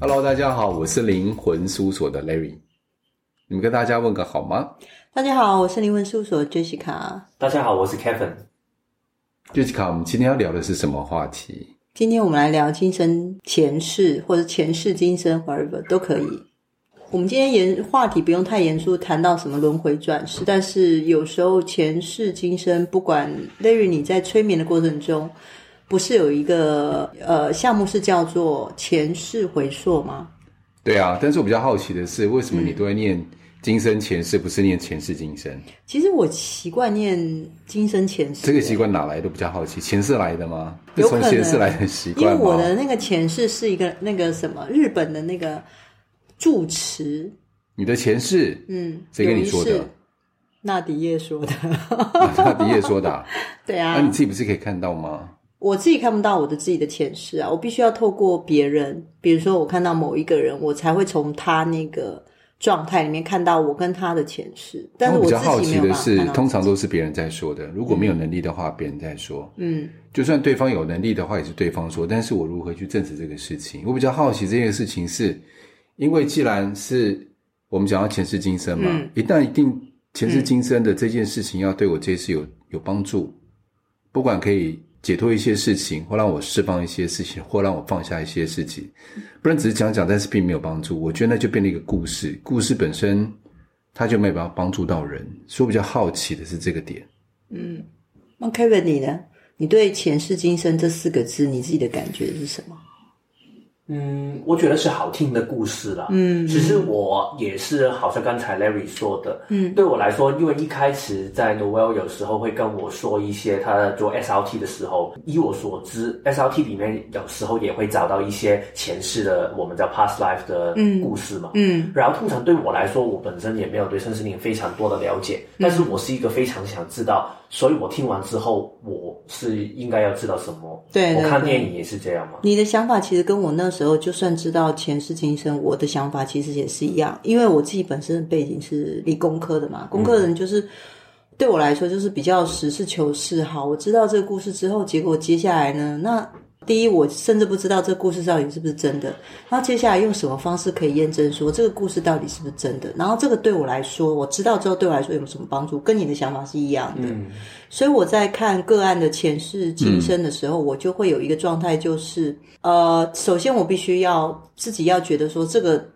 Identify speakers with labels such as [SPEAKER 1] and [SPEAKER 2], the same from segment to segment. [SPEAKER 1] Hello，大家好，我是灵魂事务所的 Larry，你们跟大家问个好吗
[SPEAKER 2] 大家好，我是灵魂事务所 Jessica。
[SPEAKER 3] 大家好，我是 Kevin。
[SPEAKER 1] ？Jessica，我们今天要聊的是什么话题？
[SPEAKER 2] 今天我们来聊今生前世，或者前世今生，whatever 都可以。我们今天严话题不用太严肃，谈到什么轮回转世，但是有时候前世今生，不管 Larry 你在催眠的过程中，不是有一个呃项目是叫做前世回溯吗？
[SPEAKER 1] 对啊，但是我比较好奇的是，为什么你都会念今生前世，不是念前世今生？
[SPEAKER 2] 其实我习惯念今生前世，
[SPEAKER 1] 这个习惯哪来的？比较好奇，前世来的吗？是
[SPEAKER 2] 有可
[SPEAKER 1] 从
[SPEAKER 2] 能
[SPEAKER 1] 前世来的习
[SPEAKER 2] 因
[SPEAKER 1] 惯
[SPEAKER 2] 为
[SPEAKER 1] 吗？
[SPEAKER 2] 我的那个前世是一个那个什么日本的那个住持，
[SPEAKER 1] 你的前世，
[SPEAKER 2] 嗯，
[SPEAKER 1] 谁跟你说
[SPEAKER 2] 有一
[SPEAKER 1] 的
[SPEAKER 2] 世？纳迪叶说 的，
[SPEAKER 1] 那迪叶 说的啊、
[SPEAKER 2] 对
[SPEAKER 1] 那、
[SPEAKER 2] 啊，
[SPEAKER 1] 你自己不是可以看到吗？
[SPEAKER 2] 我自己看不到我的自己的前世啊，我必须要透过别人，比如说我看到某一个人，我才会从他那个状态里面看到我跟他的前世，但是
[SPEAKER 1] 那我比较好
[SPEAKER 2] 自己
[SPEAKER 1] 奇
[SPEAKER 2] 没有办
[SPEAKER 1] 的
[SPEAKER 2] 法看
[SPEAKER 1] 是
[SPEAKER 2] 到，
[SPEAKER 1] 通常都是别人在说的。如果没有能力的话，别人在说。
[SPEAKER 2] 嗯，
[SPEAKER 1] 就算对方有能力的话，也是对方说。但是我如何去证实这个事情？我比较好奇这件事情是，因为既然是我们讲到前世今生嘛，
[SPEAKER 2] 嗯
[SPEAKER 1] 一旦一定前世今生的这件事情要对我这一世有有帮助，不管可以解脱一些事情，或让我释放一些事情，或让我放下一些事情，不然只是讲讲，但是并没有帮助。我觉得那就变成一个故事，故事本身它就没有办法帮助到人。所以我比较好奇的是这个点。
[SPEAKER 2] 那 Kevin 你呢？你对前世今生这四个字，你自己的感觉是什么？
[SPEAKER 3] 嗯，我觉得是好听的故事啦。嗯，只是我也是，好像刚才 Larry 说的，嗯，对我来说，因为一开始在 Noel 有时候会跟我说一些他做 SRT 的时候，依我所知，SRT 里面有时候也会找到一些前世的我们叫 past life 的故事嘛，
[SPEAKER 2] 嗯
[SPEAKER 3] 然后通常对我来说，我本身也没有对身心灵非常多的了解，但是我是一个非常想知道，所以我听完之后，我是应该要知道什么。
[SPEAKER 2] 对对
[SPEAKER 3] 我看
[SPEAKER 2] 对
[SPEAKER 3] 电影也是这样嘛。
[SPEAKER 2] 你的想法其实跟我那时候，就算知道前世今生，我的想法其实也是一样，因为我自己本身的背景是理工科的嘛，工科人就是、对我来说就是比较实事求是。好，我知道这个故事之后，结果接下来呢，那第一我甚至不知道这个故事到底是不是真的，然后接下来用什么方式可以验证说这个故事到底是不是真的，然后这个对我来说，我知道之后对我来说有什么帮助，跟你的想法是一样的。
[SPEAKER 3] 嗯
[SPEAKER 2] 所以我在看个案的前世今生的时候，我就会有一个状态，就是呃，首先我必须要自己要觉得说这个。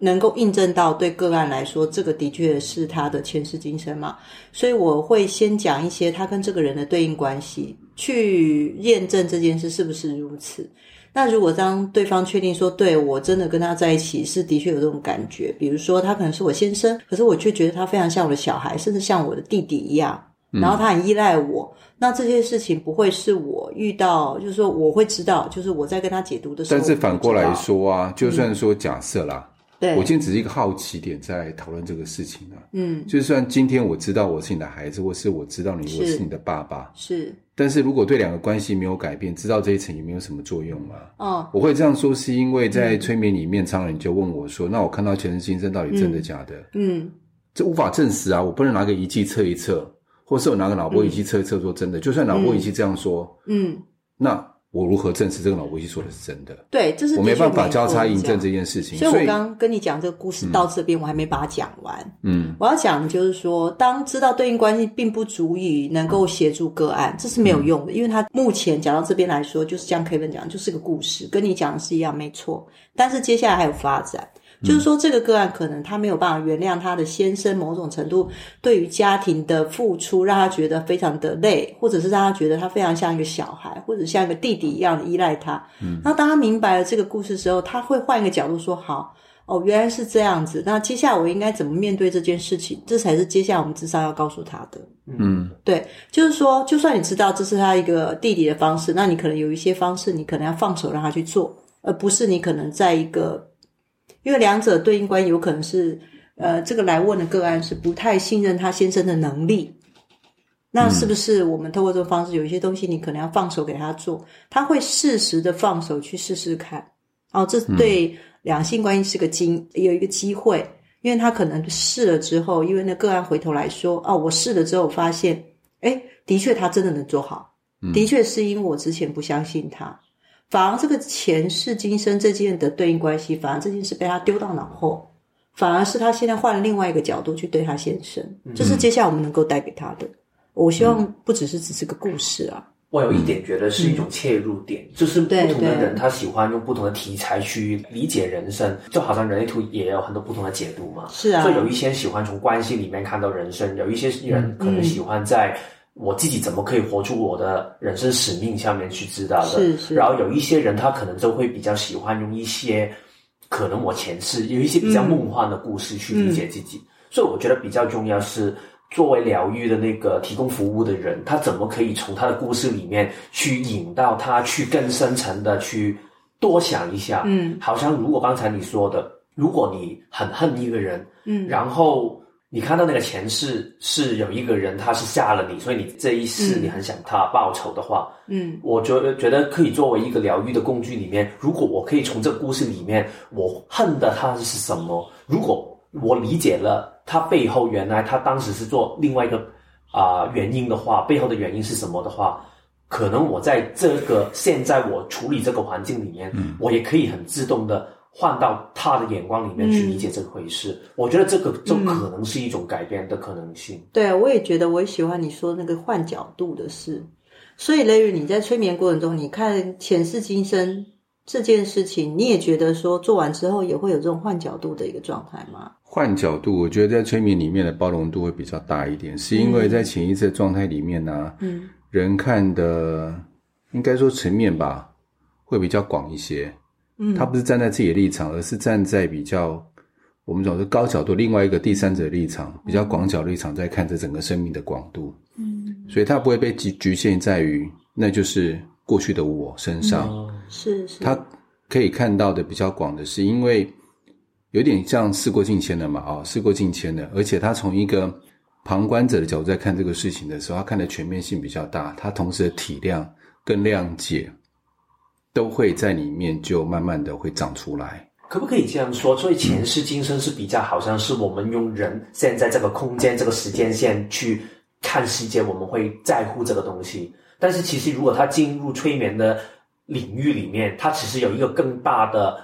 [SPEAKER 2] 能够印证到对个案来说，这个的确是他的前世今生嘛，所以我会先讲一些他跟这个人的对应关系，去验证这件事是不是如此。那如果当对方确定说，对我真的跟他在一起是的确有这种感觉，比如说他可能是我先生，可是我却觉得他非常像我的小孩，甚至像我的弟弟一样，
[SPEAKER 1] 嗯
[SPEAKER 2] 然后他很依赖我。那这些事情不会是我遇到，就是说我会知道，就是我在跟他解读的时候。
[SPEAKER 1] 但是反过
[SPEAKER 2] 我
[SPEAKER 1] 来
[SPEAKER 2] 会知道，嗯
[SPEAKER 1] 说啊，就算说假设啦，
[SPEAKER 2] 对，
[SPEAKER 1] 我今天只是一个好奇点在讨论这个事情啊。
[SPEAKER 2] 嗯
[SPEAKER 1] 就算今天我知道我是你的孩子，或是我知道你我
[SPEAKER 2] 是
[SPEAKER 1] 是你的爸爸，
[SPEAKER 2] 是
[SPEAKER 1] 但是如果对两个关系没有改变，知道这一层也没有什么作用啊。
[SPEAKER 2] 哦，
[SPEAKER 1] 我会这样说，是因为在
[SPEAKER 2] 嗯
[SPEAKER 1] 催眠里面，常常你就问我说：“那我看到前世今生到底真的假的？”
[SPEAKER 2] 嗯
[SPEAKER 1] 这无法证实啊！我不能拿个仪器测一测，或是我拿个脑波仪器测一测说真的。就算脑波仪器这样说，
[SPEAKER 2] 嗯，
[SPEAKER 1] 那我如何证实这个脑波仪器说的是真的？
[SPEAKER 2] 对，这是
[SPEAKER 1] 我没
[SPEAKER 2] 的确
[SPEAKER 1] 办法交叉
[SPEAKER 2] 错
[SPEAKER 1] 印
[SPEAKER 2] 这样
[SPEAKER 1] 证这件事情，
[SPEAKER 2] 所以我刚跟你讲这个故事到这边，我还没把它讲完。
[SPEAKER 1] 嗯，
[SPEAKER 2] 我要讲的就是说，当知道对应关系并不足以能够协助个案，这是没有用的，因为他目前讲到这边来说，就是像 Kevin 讲，就是个故事，跟你讲的是一样，没错。但是接下来还有发展，就是说这个个案可能他没有办法原谅他的先生某种程度对于家庭的付出，让他觉得非常的累，或者是让他觉得他非常像一个小孩，或者像一个弟弟一样的依赖他。嗯，那当他明白了这个故事之后，他会换一个角度说：好，哦，原来是这样子。那接下来我应该怎么面对这件事情？这才是接下来我们智商要告诉他的。
[SPEAKER 1] 嗯，
[SPEAKER 2] 对，就是说，就算你知道这是他一个弟弟的方式，那你可能有一些方式，你可能要放手让他去做，而不是你可能在一个，因为两者对应关系有可能是，呃，这个来问的个案是不太信任他先生的能力。那是不是我们透过这种方式，有一些东西你可能要放手给他做，他会适时的放手去试试看。哦，这
[SPEAKER 3] 嗯
[SPEAKER 2] 对两性关系是个经有一个机会，因为他可能试了之后，因为那个案回头来说，哦，我试了之后我发
[SPEAKER 3] 嗯
[SPEAKER 2] 现，哎，的确他真的能做好，的确是因为我之前不相信他。反而这个前世今生这件的对应关系，反而这件事被他丢到脑后，反而是他现在换了另外一个角度去对他先生，
[SPEAKER 3] 嗯
[SPEAKER 2] 这是接下来我们能够带给他的。我希望不只是只是个故事啊，
[SPEAKER 3] 我有一点觉得是一种切入点，就是不
[SPEAKER 2] 对
[SPEAKER 3] 同的
[SPEAKER 2] 嗯对
[SPEAKER 3] 人他喜欢用不同的题材去理解人生，就好像人类图也有很多不同的解读嘛。
[SPEAKER 2] 是啊
[SPEAKER 3] 所以有一些喜欢从关系里面看到人生，有一些人可
[SPEAKER 2] 嗯
[SPEAKER 3] 能喜欢在我自己怎么可以活出我的人生使命下面去知道的。
[SPEAKER 2] 是是
[SPEAKER 3] 然后有一些人他可能就会比较喜欢用一些可能我前世有一些比较梦幻的故事去理解自己。所以我觉得比较重要是。作为疗愈的那个提供服务的人，他怎么可以从他的故事里面去引到他去更深层的去多想一下？
[SPEAKER 2] 嗯
[SPEAKER 3] 好像如果刚才你说的，如果你很恨一个人，
[SPEAKER 2] 嗯
[SPEAKER 3] 然后你看到那个前世是有一个人他是杀了你，所以你这一世
[SPEAKER 2] 嗯
[SPEAKER 3] 你很想他报仇的话，
[SPEAKER 2] 嗯
[SPEAKER 3] 我觉得觉得可以作为一个疗愈的工具里面，如果我可以从这个故事里面，我恨的他是什么？如果我理解了他背后原来他当时是做另外一个啊、原因的话，背后的原因是什么的话，可能我在这个现在我处理这个环境里面，我也可以很自动的。换到他的眼光里面去理解这回事，我觉得这个就可能是一种改变的可能性。
[SPEAKER 2] 对，啊我也觉得，我也喜欢你说那个换角度的事。所以雷雨，你在催眠过程中，你看前世今生这件事情，你也觉得说做完之后也会有这种换角度的一个状态吗？
[SPEAKER 1] 换角度，我觉得在催眠里面的包容度会比较大一点，是因为在潜意识的状态里面呢、啊
[SPEAKER 2] 嗯
[SPEAKER 1] 人看的应该说层面吧，会比较广一些。
[SPEAKER 2] 嗯
[SPEAKER 1] 他不是站在自己的立场，而是站在比较我们总是高角度，另外一个第三者的立场，比较广角的立场在看这整个生命的广度，
[SPEAKER 2] 嗯，
[SPEAKER 1] 所以他不会被局局限在于那就是过去的我身
[SPEAKER 2] 嗯
[SPEAKER 1] 上。
[SPEAKER 2] 是是，
[SPEAKER 1] 他可以看到的比较广的是，因为有点像事过境迁了嘛，哦，事过境迁了，而且他从一个旁观者的角度在看这个事情的时候，他看的全面性比较大，他同时的体谅跟谅解都会在里面就慢慢的会长出来。
[SPEAKER 3] 可不可以这样说？所以前世今生是比较好像是我们用人现在这个空间、这个时间线去看世界，我们会在乎这个东西。但是其实如果他进入催眠的领域里面，他其实有一个更大的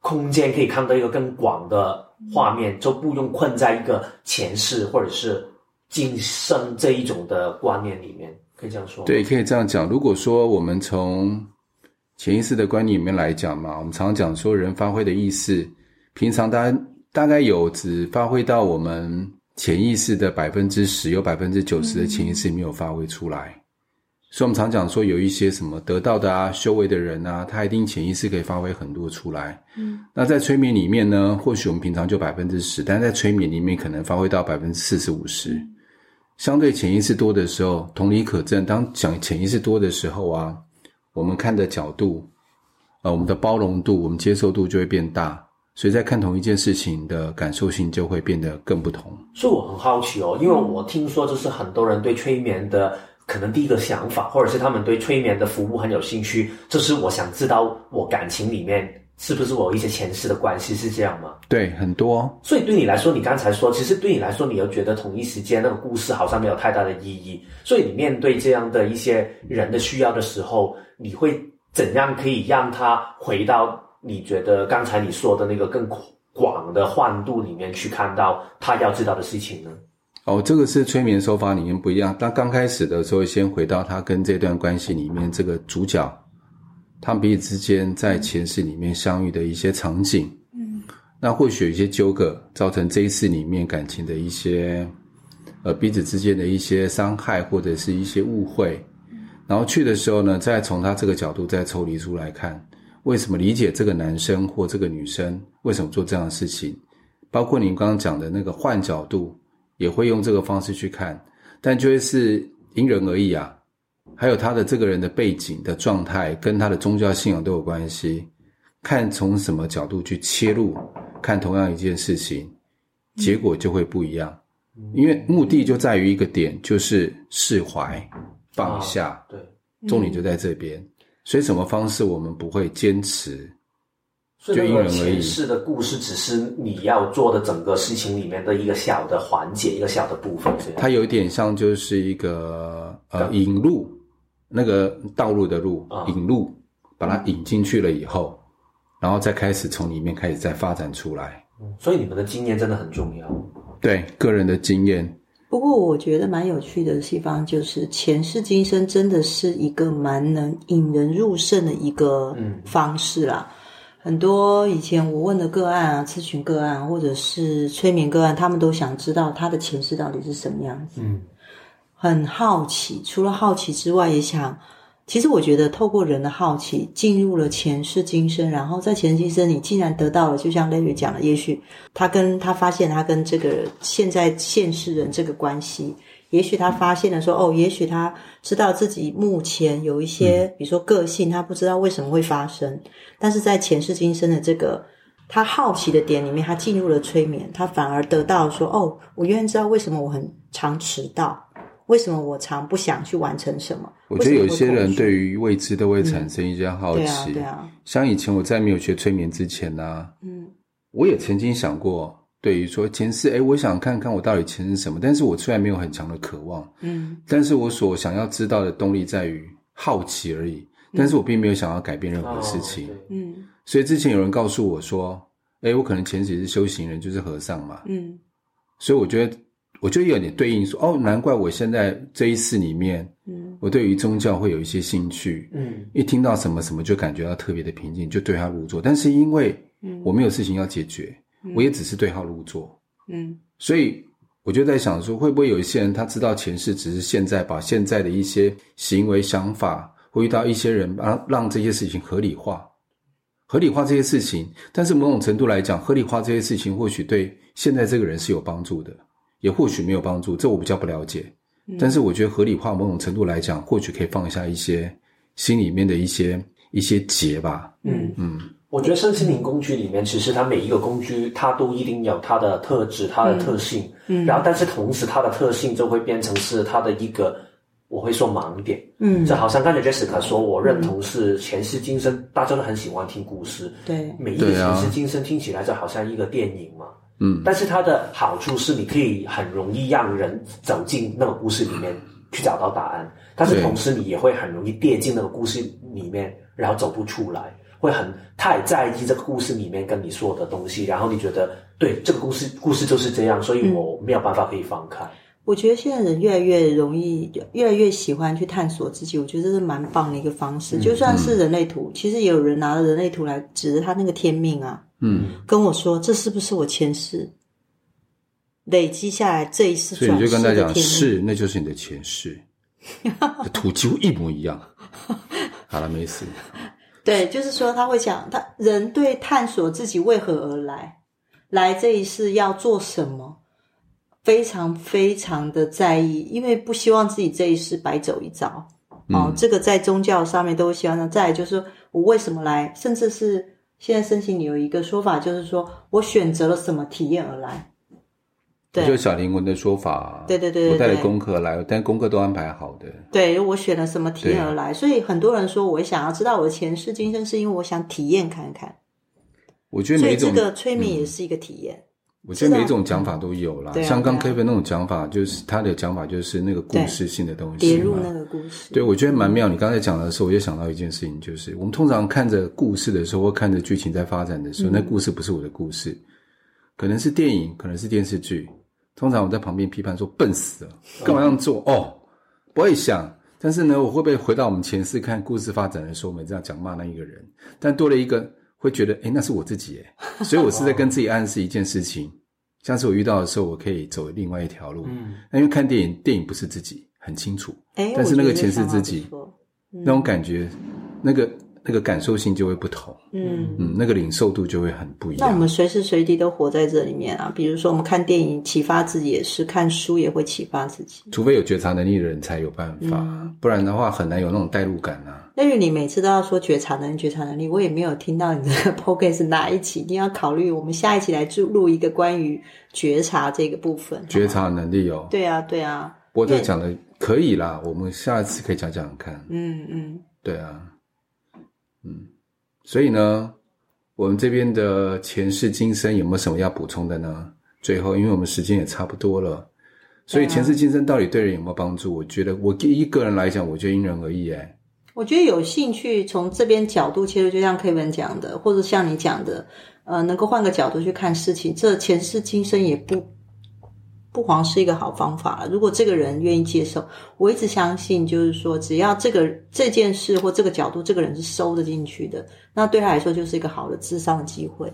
[SPEAKER 3] 空间，可以看到一个更广的画面，就不用困在一个前世或者是今生这一种的观念里面。可以这样说吗，
[SPEAKER 1] 对，可以这样讲。如果说我们从潜意识的观念里面来讲嘛，我们常讲说人发挥的意识，平常大家大概有只发挥到我们潜意识的百分之十，有百分之九十的潜意识没有发挥出来。所以，我们常讲说，有一些什么得到的啊、修为的人啊，他一定潜意识可以发挥很多出来。
[SPEAKER 2] 嗯，
[SPEAKER 1] 那在催眠里面呢，或许我们平常就百分之十，但在催眠里面可能发挥到百分之四十五十。相对潜意识多的时候，同理可证。当讲潜意识多的时候啊，我们看的角度，呃，我们的包容度，我们接受度就会变大，所以在看同一件事情的感受性就会变得更不同。
[SPEAKER 3] 所以我很好奇哦，因为我听说就是很多人对催眠的可能第一个想法，或者是他们对催眠的服务很有兴趣，就是我想知道我感情里面是不是我有一些前世的关系是这样吗？
[SPEAKER 1] 对，很多哦
[SPEAKER 3] 所以对你来说，你刚才说，其实对你来说，你又觉得同一时间那个故事好像没有太大的意义，所以你面对这样的一些人的需要的时候，你会怎样可以让他回到你觉得刚才你说的那个更广的换度里面去看到他要知道的事情呢？
[SPEAKER 1] 哦，这个是催眠手法里面不一样。当刚开始的时候，先回到他跟这段关系里面这个主角，他们彼此之间在前世里面相遇的一些场景，
[SPEAKER 2] 嗯
[SPEAKER 1] 那或许有一些纠葛，造成这一次里面感情的一些，呃，彼此之间的一些伤害或者是一些误会。然后去的时候呢，再从他这个角度再抽离出来看，为什么理解这个男生或这个女生为什么做这样的事情，包括你刚刚讲的那个换角度，也会用这个方式去看，但就会是因人而异啊。还有他的这个人的背景的状态，跟他的宗教信仰都有关系。看从什么角度去切入，看同样一件事情，结果就会不一样。
[SPEAKER 3] 嗯
[SPEAKER 1] 因为目的就在于一个点，就是释怀、放下，
[SPEAKER 3] 对。
[SPEAKER 2] 嗯
[SPEAKER 1] 重点就在这边。所以什么方式我们不会坚持？
[SPEAKER 3] 所以那
[SPEAKER 1] 就因
[SPEAKER 3] 个
[SPEAKER 1] 人而异
[SPEAKER 3] 前世的故事只是你要做的整个事情里面的一个小的环节，一个小的部分。这样
[SPEAKER 1] 它有点像就是一个呃
[SPEAKER 3] 对
[SPEAKER 1] 引路，那个道路的路
[SPEAKER 3] 啊
[SPEAKER 1] 引路，把它引进去了以后，然后再开始从里面开始再发展出来。
[SPEAKER 3] 所以你们的经验真的很重要。
[SPEAKER 1] 对个人的经验，
[SPEAKER 2] 不过我觉得蛮有趣的地方就是前世今生真的是一个蛮能引人入胜的一个
[SPEAKER 3] 嗯
[SPEAKER 2] 方式啦。很多以前我问的个案啊，咨询个案或者是催眠个案，他们都想知道他的前世到底是什么样子，
[SPEAKER 3] 嗯
[SPEAKER 2] 很好奇。除了好奇之外，也想，其实我觉得透过人的好奇，进入了前世今生，然后在前世今生，你竟然得到了，就像 Larry 讲的，也许他跟他发现他跟这个现在现世人这个关系，也许他发现了说，哦，也许他知道自己目前有一些，
[SPEAKER 1] 嗯
[SPEAKER 2] 比如说个性，他不知道为什么会发生，但是在前世今生的这个他好奇的点里面，他进入了催眠，他反而得到说，哦，我原来知道为什么我很常迟到。为什么我常不想去完成什么？
[SPEAKER 1] 我觉得有一些
[SPEAKER 2] 为什么会
[SPEAKER 1] 人
[SPEAKER 2] 恐惧
[SPEAKER 1] 对于未知都会产生一些好
[SPEAKER 2] 对啊
[SPEAKER 1] 奇。
[SPEAKER 2] 对啊，
[SPEAKER 1] 像以前我在没有学催眠之前呢、
[SPEAKER 2] 嗯
[SPEAKER 1] 我也曾经想过，对于说前世，哎，我想看看我到底前世什么，但是我虽然没有很强的渴望，
[SPEAKER 2] 嗯
[SPEAKER 1] 但是我所想要知道的动力在于好奇而已，但是我并没有想要改变任何事情。
[SPEAKER 3] 嗯哦对
[SPEAKER 2] 嗯
[SPEAKER 1] 所以之前有人告诉我说，哎，我可能前世也是修行人，就是和尚嘛，
[SPEAKER 2] 嗯
[SPEAKER 1] 所以我觉得。我就有点对应说，哦，难怪我现在这一世里面，
[SPEAKER 2] 嗯
[SPEAKER 1] 我对于宗教会有一些兴趣，
[SPEAKER 3] 嗯
[SPEAKER 1] 一听到什么什么就感觉到特别的平静，就对号入座。但是因为
[SPEAKER 2] 嗯，
[SPEAKER 1] 我没有事情要解决，
[SPEAKER 3] 嗯
[SPEAKER 1] 我也只是对号入座，
[SPEAKER 2] 嗯
[SPEAKER 1] 所以我就在想说，会不会有一些人他知道前世只是现在把现在的一些行为想法，会遇到一些人，让让这些事情合理化，合理化这些事情。但是某种程度来讲，合理化这些事情或许对现在这个人是有帮助的，也或许没有帮助，这我比较不了解。
[SPEAKER 2] 嗯
[SPEAKER 1] 但是我觉得合理化某种程度来讲，或许可以放下一些心里面的一些一些结吧。
[SPEAKER 3] 嗯
[SPEAKER 1] 嗯，
[SPEAKER 3] 我觉得身心灵工具里面，其实它每一个工具，它都一定有它的特质、它的特性，
[SPEAKER 2] 嗯
[SPEAKER 3] 然后但是同时它的特性就会变成是它的一个，我会说盲点。
[SPEAKER 2] 嗯
[SPEAKER 3] 就好像刚才 Jessica 说，我认同是前世今生，大家都很喜欢听故事，
[SPEAKER 2] 对
[SPEAKER 3] 每一个
[SPEAKER 1] 对啊
[SPEAKER 3] 前世今生听起来就好像一个电影嘛。
[SPEAKER 1] 嗯，
[SPEAKER 3] 但是它的好处是，你可以很容易让人走进那个故事里面去找到答案，但是
[SPEAKER 1] 对
[SPEAKER 3] 同时你也会很容易跌进那个故事里面，然后走不出来，会很太在意这个故事里面跟你说的东西，然后你觉得对这个故事故事就是这样，所以我没有办法可以放开。
[SPEAKER 2] 我觉得现在人越来越容易，越来越喜欢去探索自己，我觉得这是蛮棒的一个方式。
[SPEAKER 1] 嗯
[SPEAKER 2] 就算是人类图，其实也有人拿着人类图来指着他那个天命啊，
[SPEAKER 1] 嗯，
[SPEAKER 2] 跟我说这是不是我前世累积下来这一世
[SPEAKER 1] 所以你
[SPEAKER 2] 转
[SPEAKER 1] 就
[SPEAKER 2] 世
[SPEAKER 1] 跟他
[SPEAKER 2] 的
[SPEAKER 1] 讲，
[SPEAKER 2] 天命？
[SPEAKER 1] 是，那就是你的前 世，图几乎一模一样。好了，没事。
[SPEAKER 2] 对，就是说他会讲，他人对探索自己为何而来，来这一世要做什么，非常非常的在意，因为不希望自己这一世白走一遭。
[SPEAKER 1] 嗯
[SPEAKER 2] 哦，这个在宗教上面都希望那再来就是说我为什么来，甚至是现在身心里有一个说法，就是说我选择了什么体验而来。对
[SPEAKER 1] 就小灵魂的说法，
[SPEAKER 2] 对对对对
[SPEAKER 1] 我带了
[SPEAKER 2] 对
[SPEAKER 1] 功课来，但功课都安排好的。
[SPEAKER 2] 对我选了什么体验
[SPEAKER 1] 对啊
[SPEAKER 2] 而来，所以很多人说我想要知道我的前世今生，是因为我想体验看看。
[SPEAKER 1] 我觉得
[SPEAKER 2] 所
[SPEAKER 1] 每
[SPEAKER 2] 以
[SPEAKER 1] 一
[SPEAKER 2] 这
[SPEAKER 1] 种，嗯
[SPEAKER 2] 个催眠也是一个体验。
[SPEAKER 1] 我觉得每一
[SPEAKER 2] 知道
[SPEAKER 1] 种讲法都有啦。
[SPEAKER 2] 对啊
[SPEAKER 1] 像刚
[SPEAKER 2] 对啊
[SPEAKER 1] Kevin 那种讲法，就是他的讲法就是那个故事性的东西
[SPEAKER 2] 跌
[SPEAKER 1] 嘛。
[SPEAKER 2] 入那个故事。
[SPEAKER 1] 对，我觉得蛮妙。你刚才讲的时候，我就想到一件事情，就是我们通常看着故事的时候，或看着剧情在发展的时候，那故事不是我的故事，可能是电影，可能是电视剧。通常我在旁边批判说：“笨死了，干嘛这样做？”哦，不会想。但是呢，我会不会回到我们前世看故事发展的时候，我们这样讲骂那一个人，但多了一个会觉得，诶，那是我自己，诶，所以我是在跟自己暗示一件事情。下次我遇到的时候，我可以走另外一条路。
[SPEAKER 3] 嗯，
[SPEAKER 1] 那因为看电影，电影不是自己，很清楚。
[SPEAKER 2] 哎，
[SPEAKER 1] 但是
[SPEAKER 2] 我
[SPEAKER 1] 那个
[SPEAKER 2] 觉得
[SPEAKER 1] 前
[SPEAKER 2] 这
[SPEAKER 1] 世
[SPEAKER 2] 想法
[SPEAKER 1] 自
[SPEAKER 2] 不
[SPEAKER 1] 己
[SPEAKER 2] 错
[SPEAKER 1] 那种感觉，那个那个感受性就会不同，
[SPEAKER 2] 嗯。
[SPEAKER 1] 嗯，那个领受度就会很不一
[SPEAKER 2] 那我
[SPEAKER 1] 样。
[SPEAKER 2] 们随时随地都活在这里面啊，比如说我们看电影启发自己也是，看书也会启发自己。
[SPEAKER 1] 除非有觉察能力的人才有办法，
[SPEAKER 2] 嗯
[SPEAKER 1] 不然的话很难有那种代入感啊。
[SPEAKER 2] 但是你每次都要说觉察能力、觉察能力，我也没有听到你 这个 p o c a s t 哪一期，一定要考虑我们下一期来录录一个关于觉察这个部分。
[SPEAKER 1] 觉察能力哦，
[SPEAKER 2] 对啊，对啊，
[SPEAKER 1] 不过这
[SPEAKER 2] 因
[SPEAKER 1] 个
[SPEAKER 2] 为
[SPEAKER 1] 讲的可以啦，我们下一次可以讲讲看。
[SPEAKER 2] 嗯嗯，
[SPEAKER 1] 对啊，嗯，所以呢，我们这边的前世今生有没有什么要补充的呢？最后，因为我们时间也差不多了，
[SPEAKER 2] 啊
[SPEAKER 1] 所以前世今生到底对人有没有帮助？我觉得我一个人来讲，我觉得因人而异。哎，
[SPEAKER 2] 我觉得有兴趣从这边角度切入，就像 Kevin 讲的，或者像你讲的，呃，能够换个角度去看事情，这前世今生也不不遑是一个好方法了。如果这个人愿意接受，我一直相信，就是说，只要这个这件事或这个角度，这个人是收得进去的，那对他来说就是一个好的智商的机会。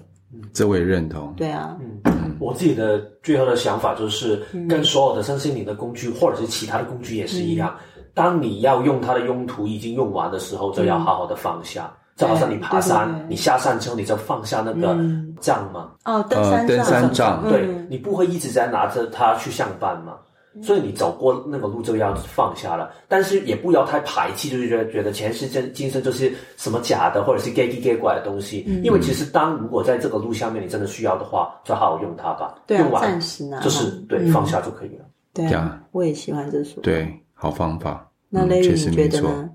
[SPEAKER 1] 这我也认同。
[SPEAKER 2] 对啊，
[SPEAKER 3] 嗯，我自己的最后的想法就是，
[SPEAKER 2] 嗯
[SPEAKER 3] 跟所有的身心灵的工具或者是其他的工具也是一样，
[SPEAKER 2] 嗯
[SPEAKER 3] 当你要用它的用途已经用完的时候，就要好好的放下。就好像你爬山
[SPEAKER 2] 对对对，
[SPEAKER 3] 你下山之后你就放下那个杖嘛，
[SPEAKER 2] 哦，登
[SPEAKER 1] 呃
[SPEAKER 2] 山
[SPEAKER 1] 登
[SPEAKER 2] 杖
[SPEAKER 1] 山杖
[SPEAKER 2] 嗯
[SPEAKER 3] 对你不会一直在拿着它去上班嘛。所以你走过那个路就要放下了，但是也不要太排斥，就是觉得觉得前世今今生就是什么假的或者是 gay gay gay 怪的东西。
[SPEAKER 2] 嗯
[SPEAKER 3] 因为其实当如果在这个路上面你真的需要的话，就好好用它吧，
[SPEAKER 2] 对啊嗯
[SPEAKER 3] 用，完
[SPEAKER 2] 暂时拿
[SPEAKER 3] 就是
[SPEAKER 2] 嘛
[SPEAKER 3] 对、放下就可以了。
[SPEAKER 2] 对
[SPEAKER 1] 对
[SPEAKER 2] 啊
[SPEAKER 1] 啊，
[SPEAKER 2] 我也喜欢这说。，
[SPEAKER 1] 对，好方法。
[SPEAKER 2] 那
[SPEAKER 1] 嗯
[SPEAKER 2] Larry
[SPEAKER 1] 确实
[SPEAKER 2] 你觉
[SPEAKER 1] 没
[SPEAKER 2] 得
[SPEAKER 1] 错。
[SPEAKER 2] 呢？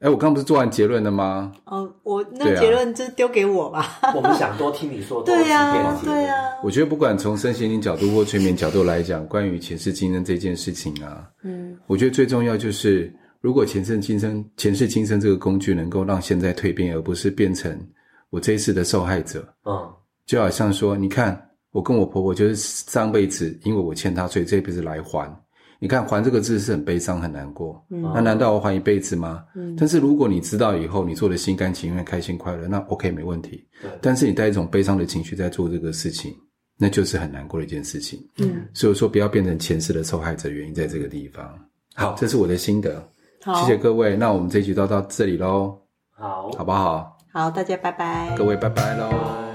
[SPEAKER 1] 哎，我刚不是做完结论了吗？
[SPEAKER 2] 哦，我那
[SPEAKER 1] 对啊
[SPEAKER 2] 结论就丢给我吧。
[SPEAKER 3] 我们想多听你说多几
[SPEAKER 2] 对
[SPEAKER 3] 遍
[SPEAKER 2] 呀，
[SPEAKER 3] 几
[SPEAKER 2] 对啊
[SPEAKER 3] 遍。
[SPEAKER 2] 呀，
[SPEAKER 1] 我觉得不管从身心灵角度或催眠角度来讲，关于前世今生这件事情啊，
[SPEAKER 2] 嗯，
[SPEAKER 1] 我觉得最重要就是，如果前世今生、前世今生这个工具能够让现在蜕变，而不是变成我这一次的受害者，
[SPEAKER 3] 嗯，
[SPEAKER 1] 就好像说，你看我跟我婆婆就是上辈子因为我欠她，所以这辈子来还。你看还这个字是很悲伤很难过，
[SPEAKER 2] 嗯
[SPEAKER 1] 那难道我还一辈子吗？但啊是如果你知道以后你做的心甘情愿、开心快乐，那 OK 没问题。
[SPEAKER 3] 对
[SPEAKER 1] 但是你带一种悲伤的情绪在做这个事情，那就是很难过的一件事情。
[SPEAKER 2] 嗯，
[SPEAKER 1] 所以我说不要变成前世的受害者，原因在这个地方。好，这是我的心得，
[SPEAKER 2] 好
[SPEAKER 1] 谢，谢各位。那我们这一集就到这里喽，
[SPEAKER 3] 好，
[SPEAKER 1] 好不好？
[SPEAKER 2] 好，大家拜拜。
[SPEAKER 1] 各位拜拜喽。